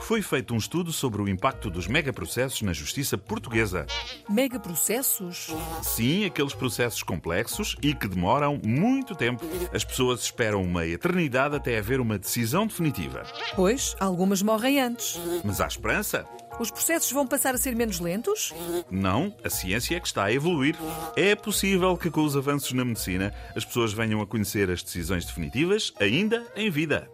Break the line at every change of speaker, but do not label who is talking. Foi feito um estudo sobre o impacto dos megaprocessos na justiça portuguesa.
Megaprocessos?
Sim, aqueles processos complexos e que demoram muito tempo. As pessoas esperam uma eternidade até haver uma decisão definitiva.
Pois, algumas morrem antes.
Mas há esperança?
Os processos vão passar a ser menos lentos?
Não, a ciência é que está a evoluir. É possível que, com os avanços na medicina, as pessoas venham a conhecer as decisões definitivas ainda em vida.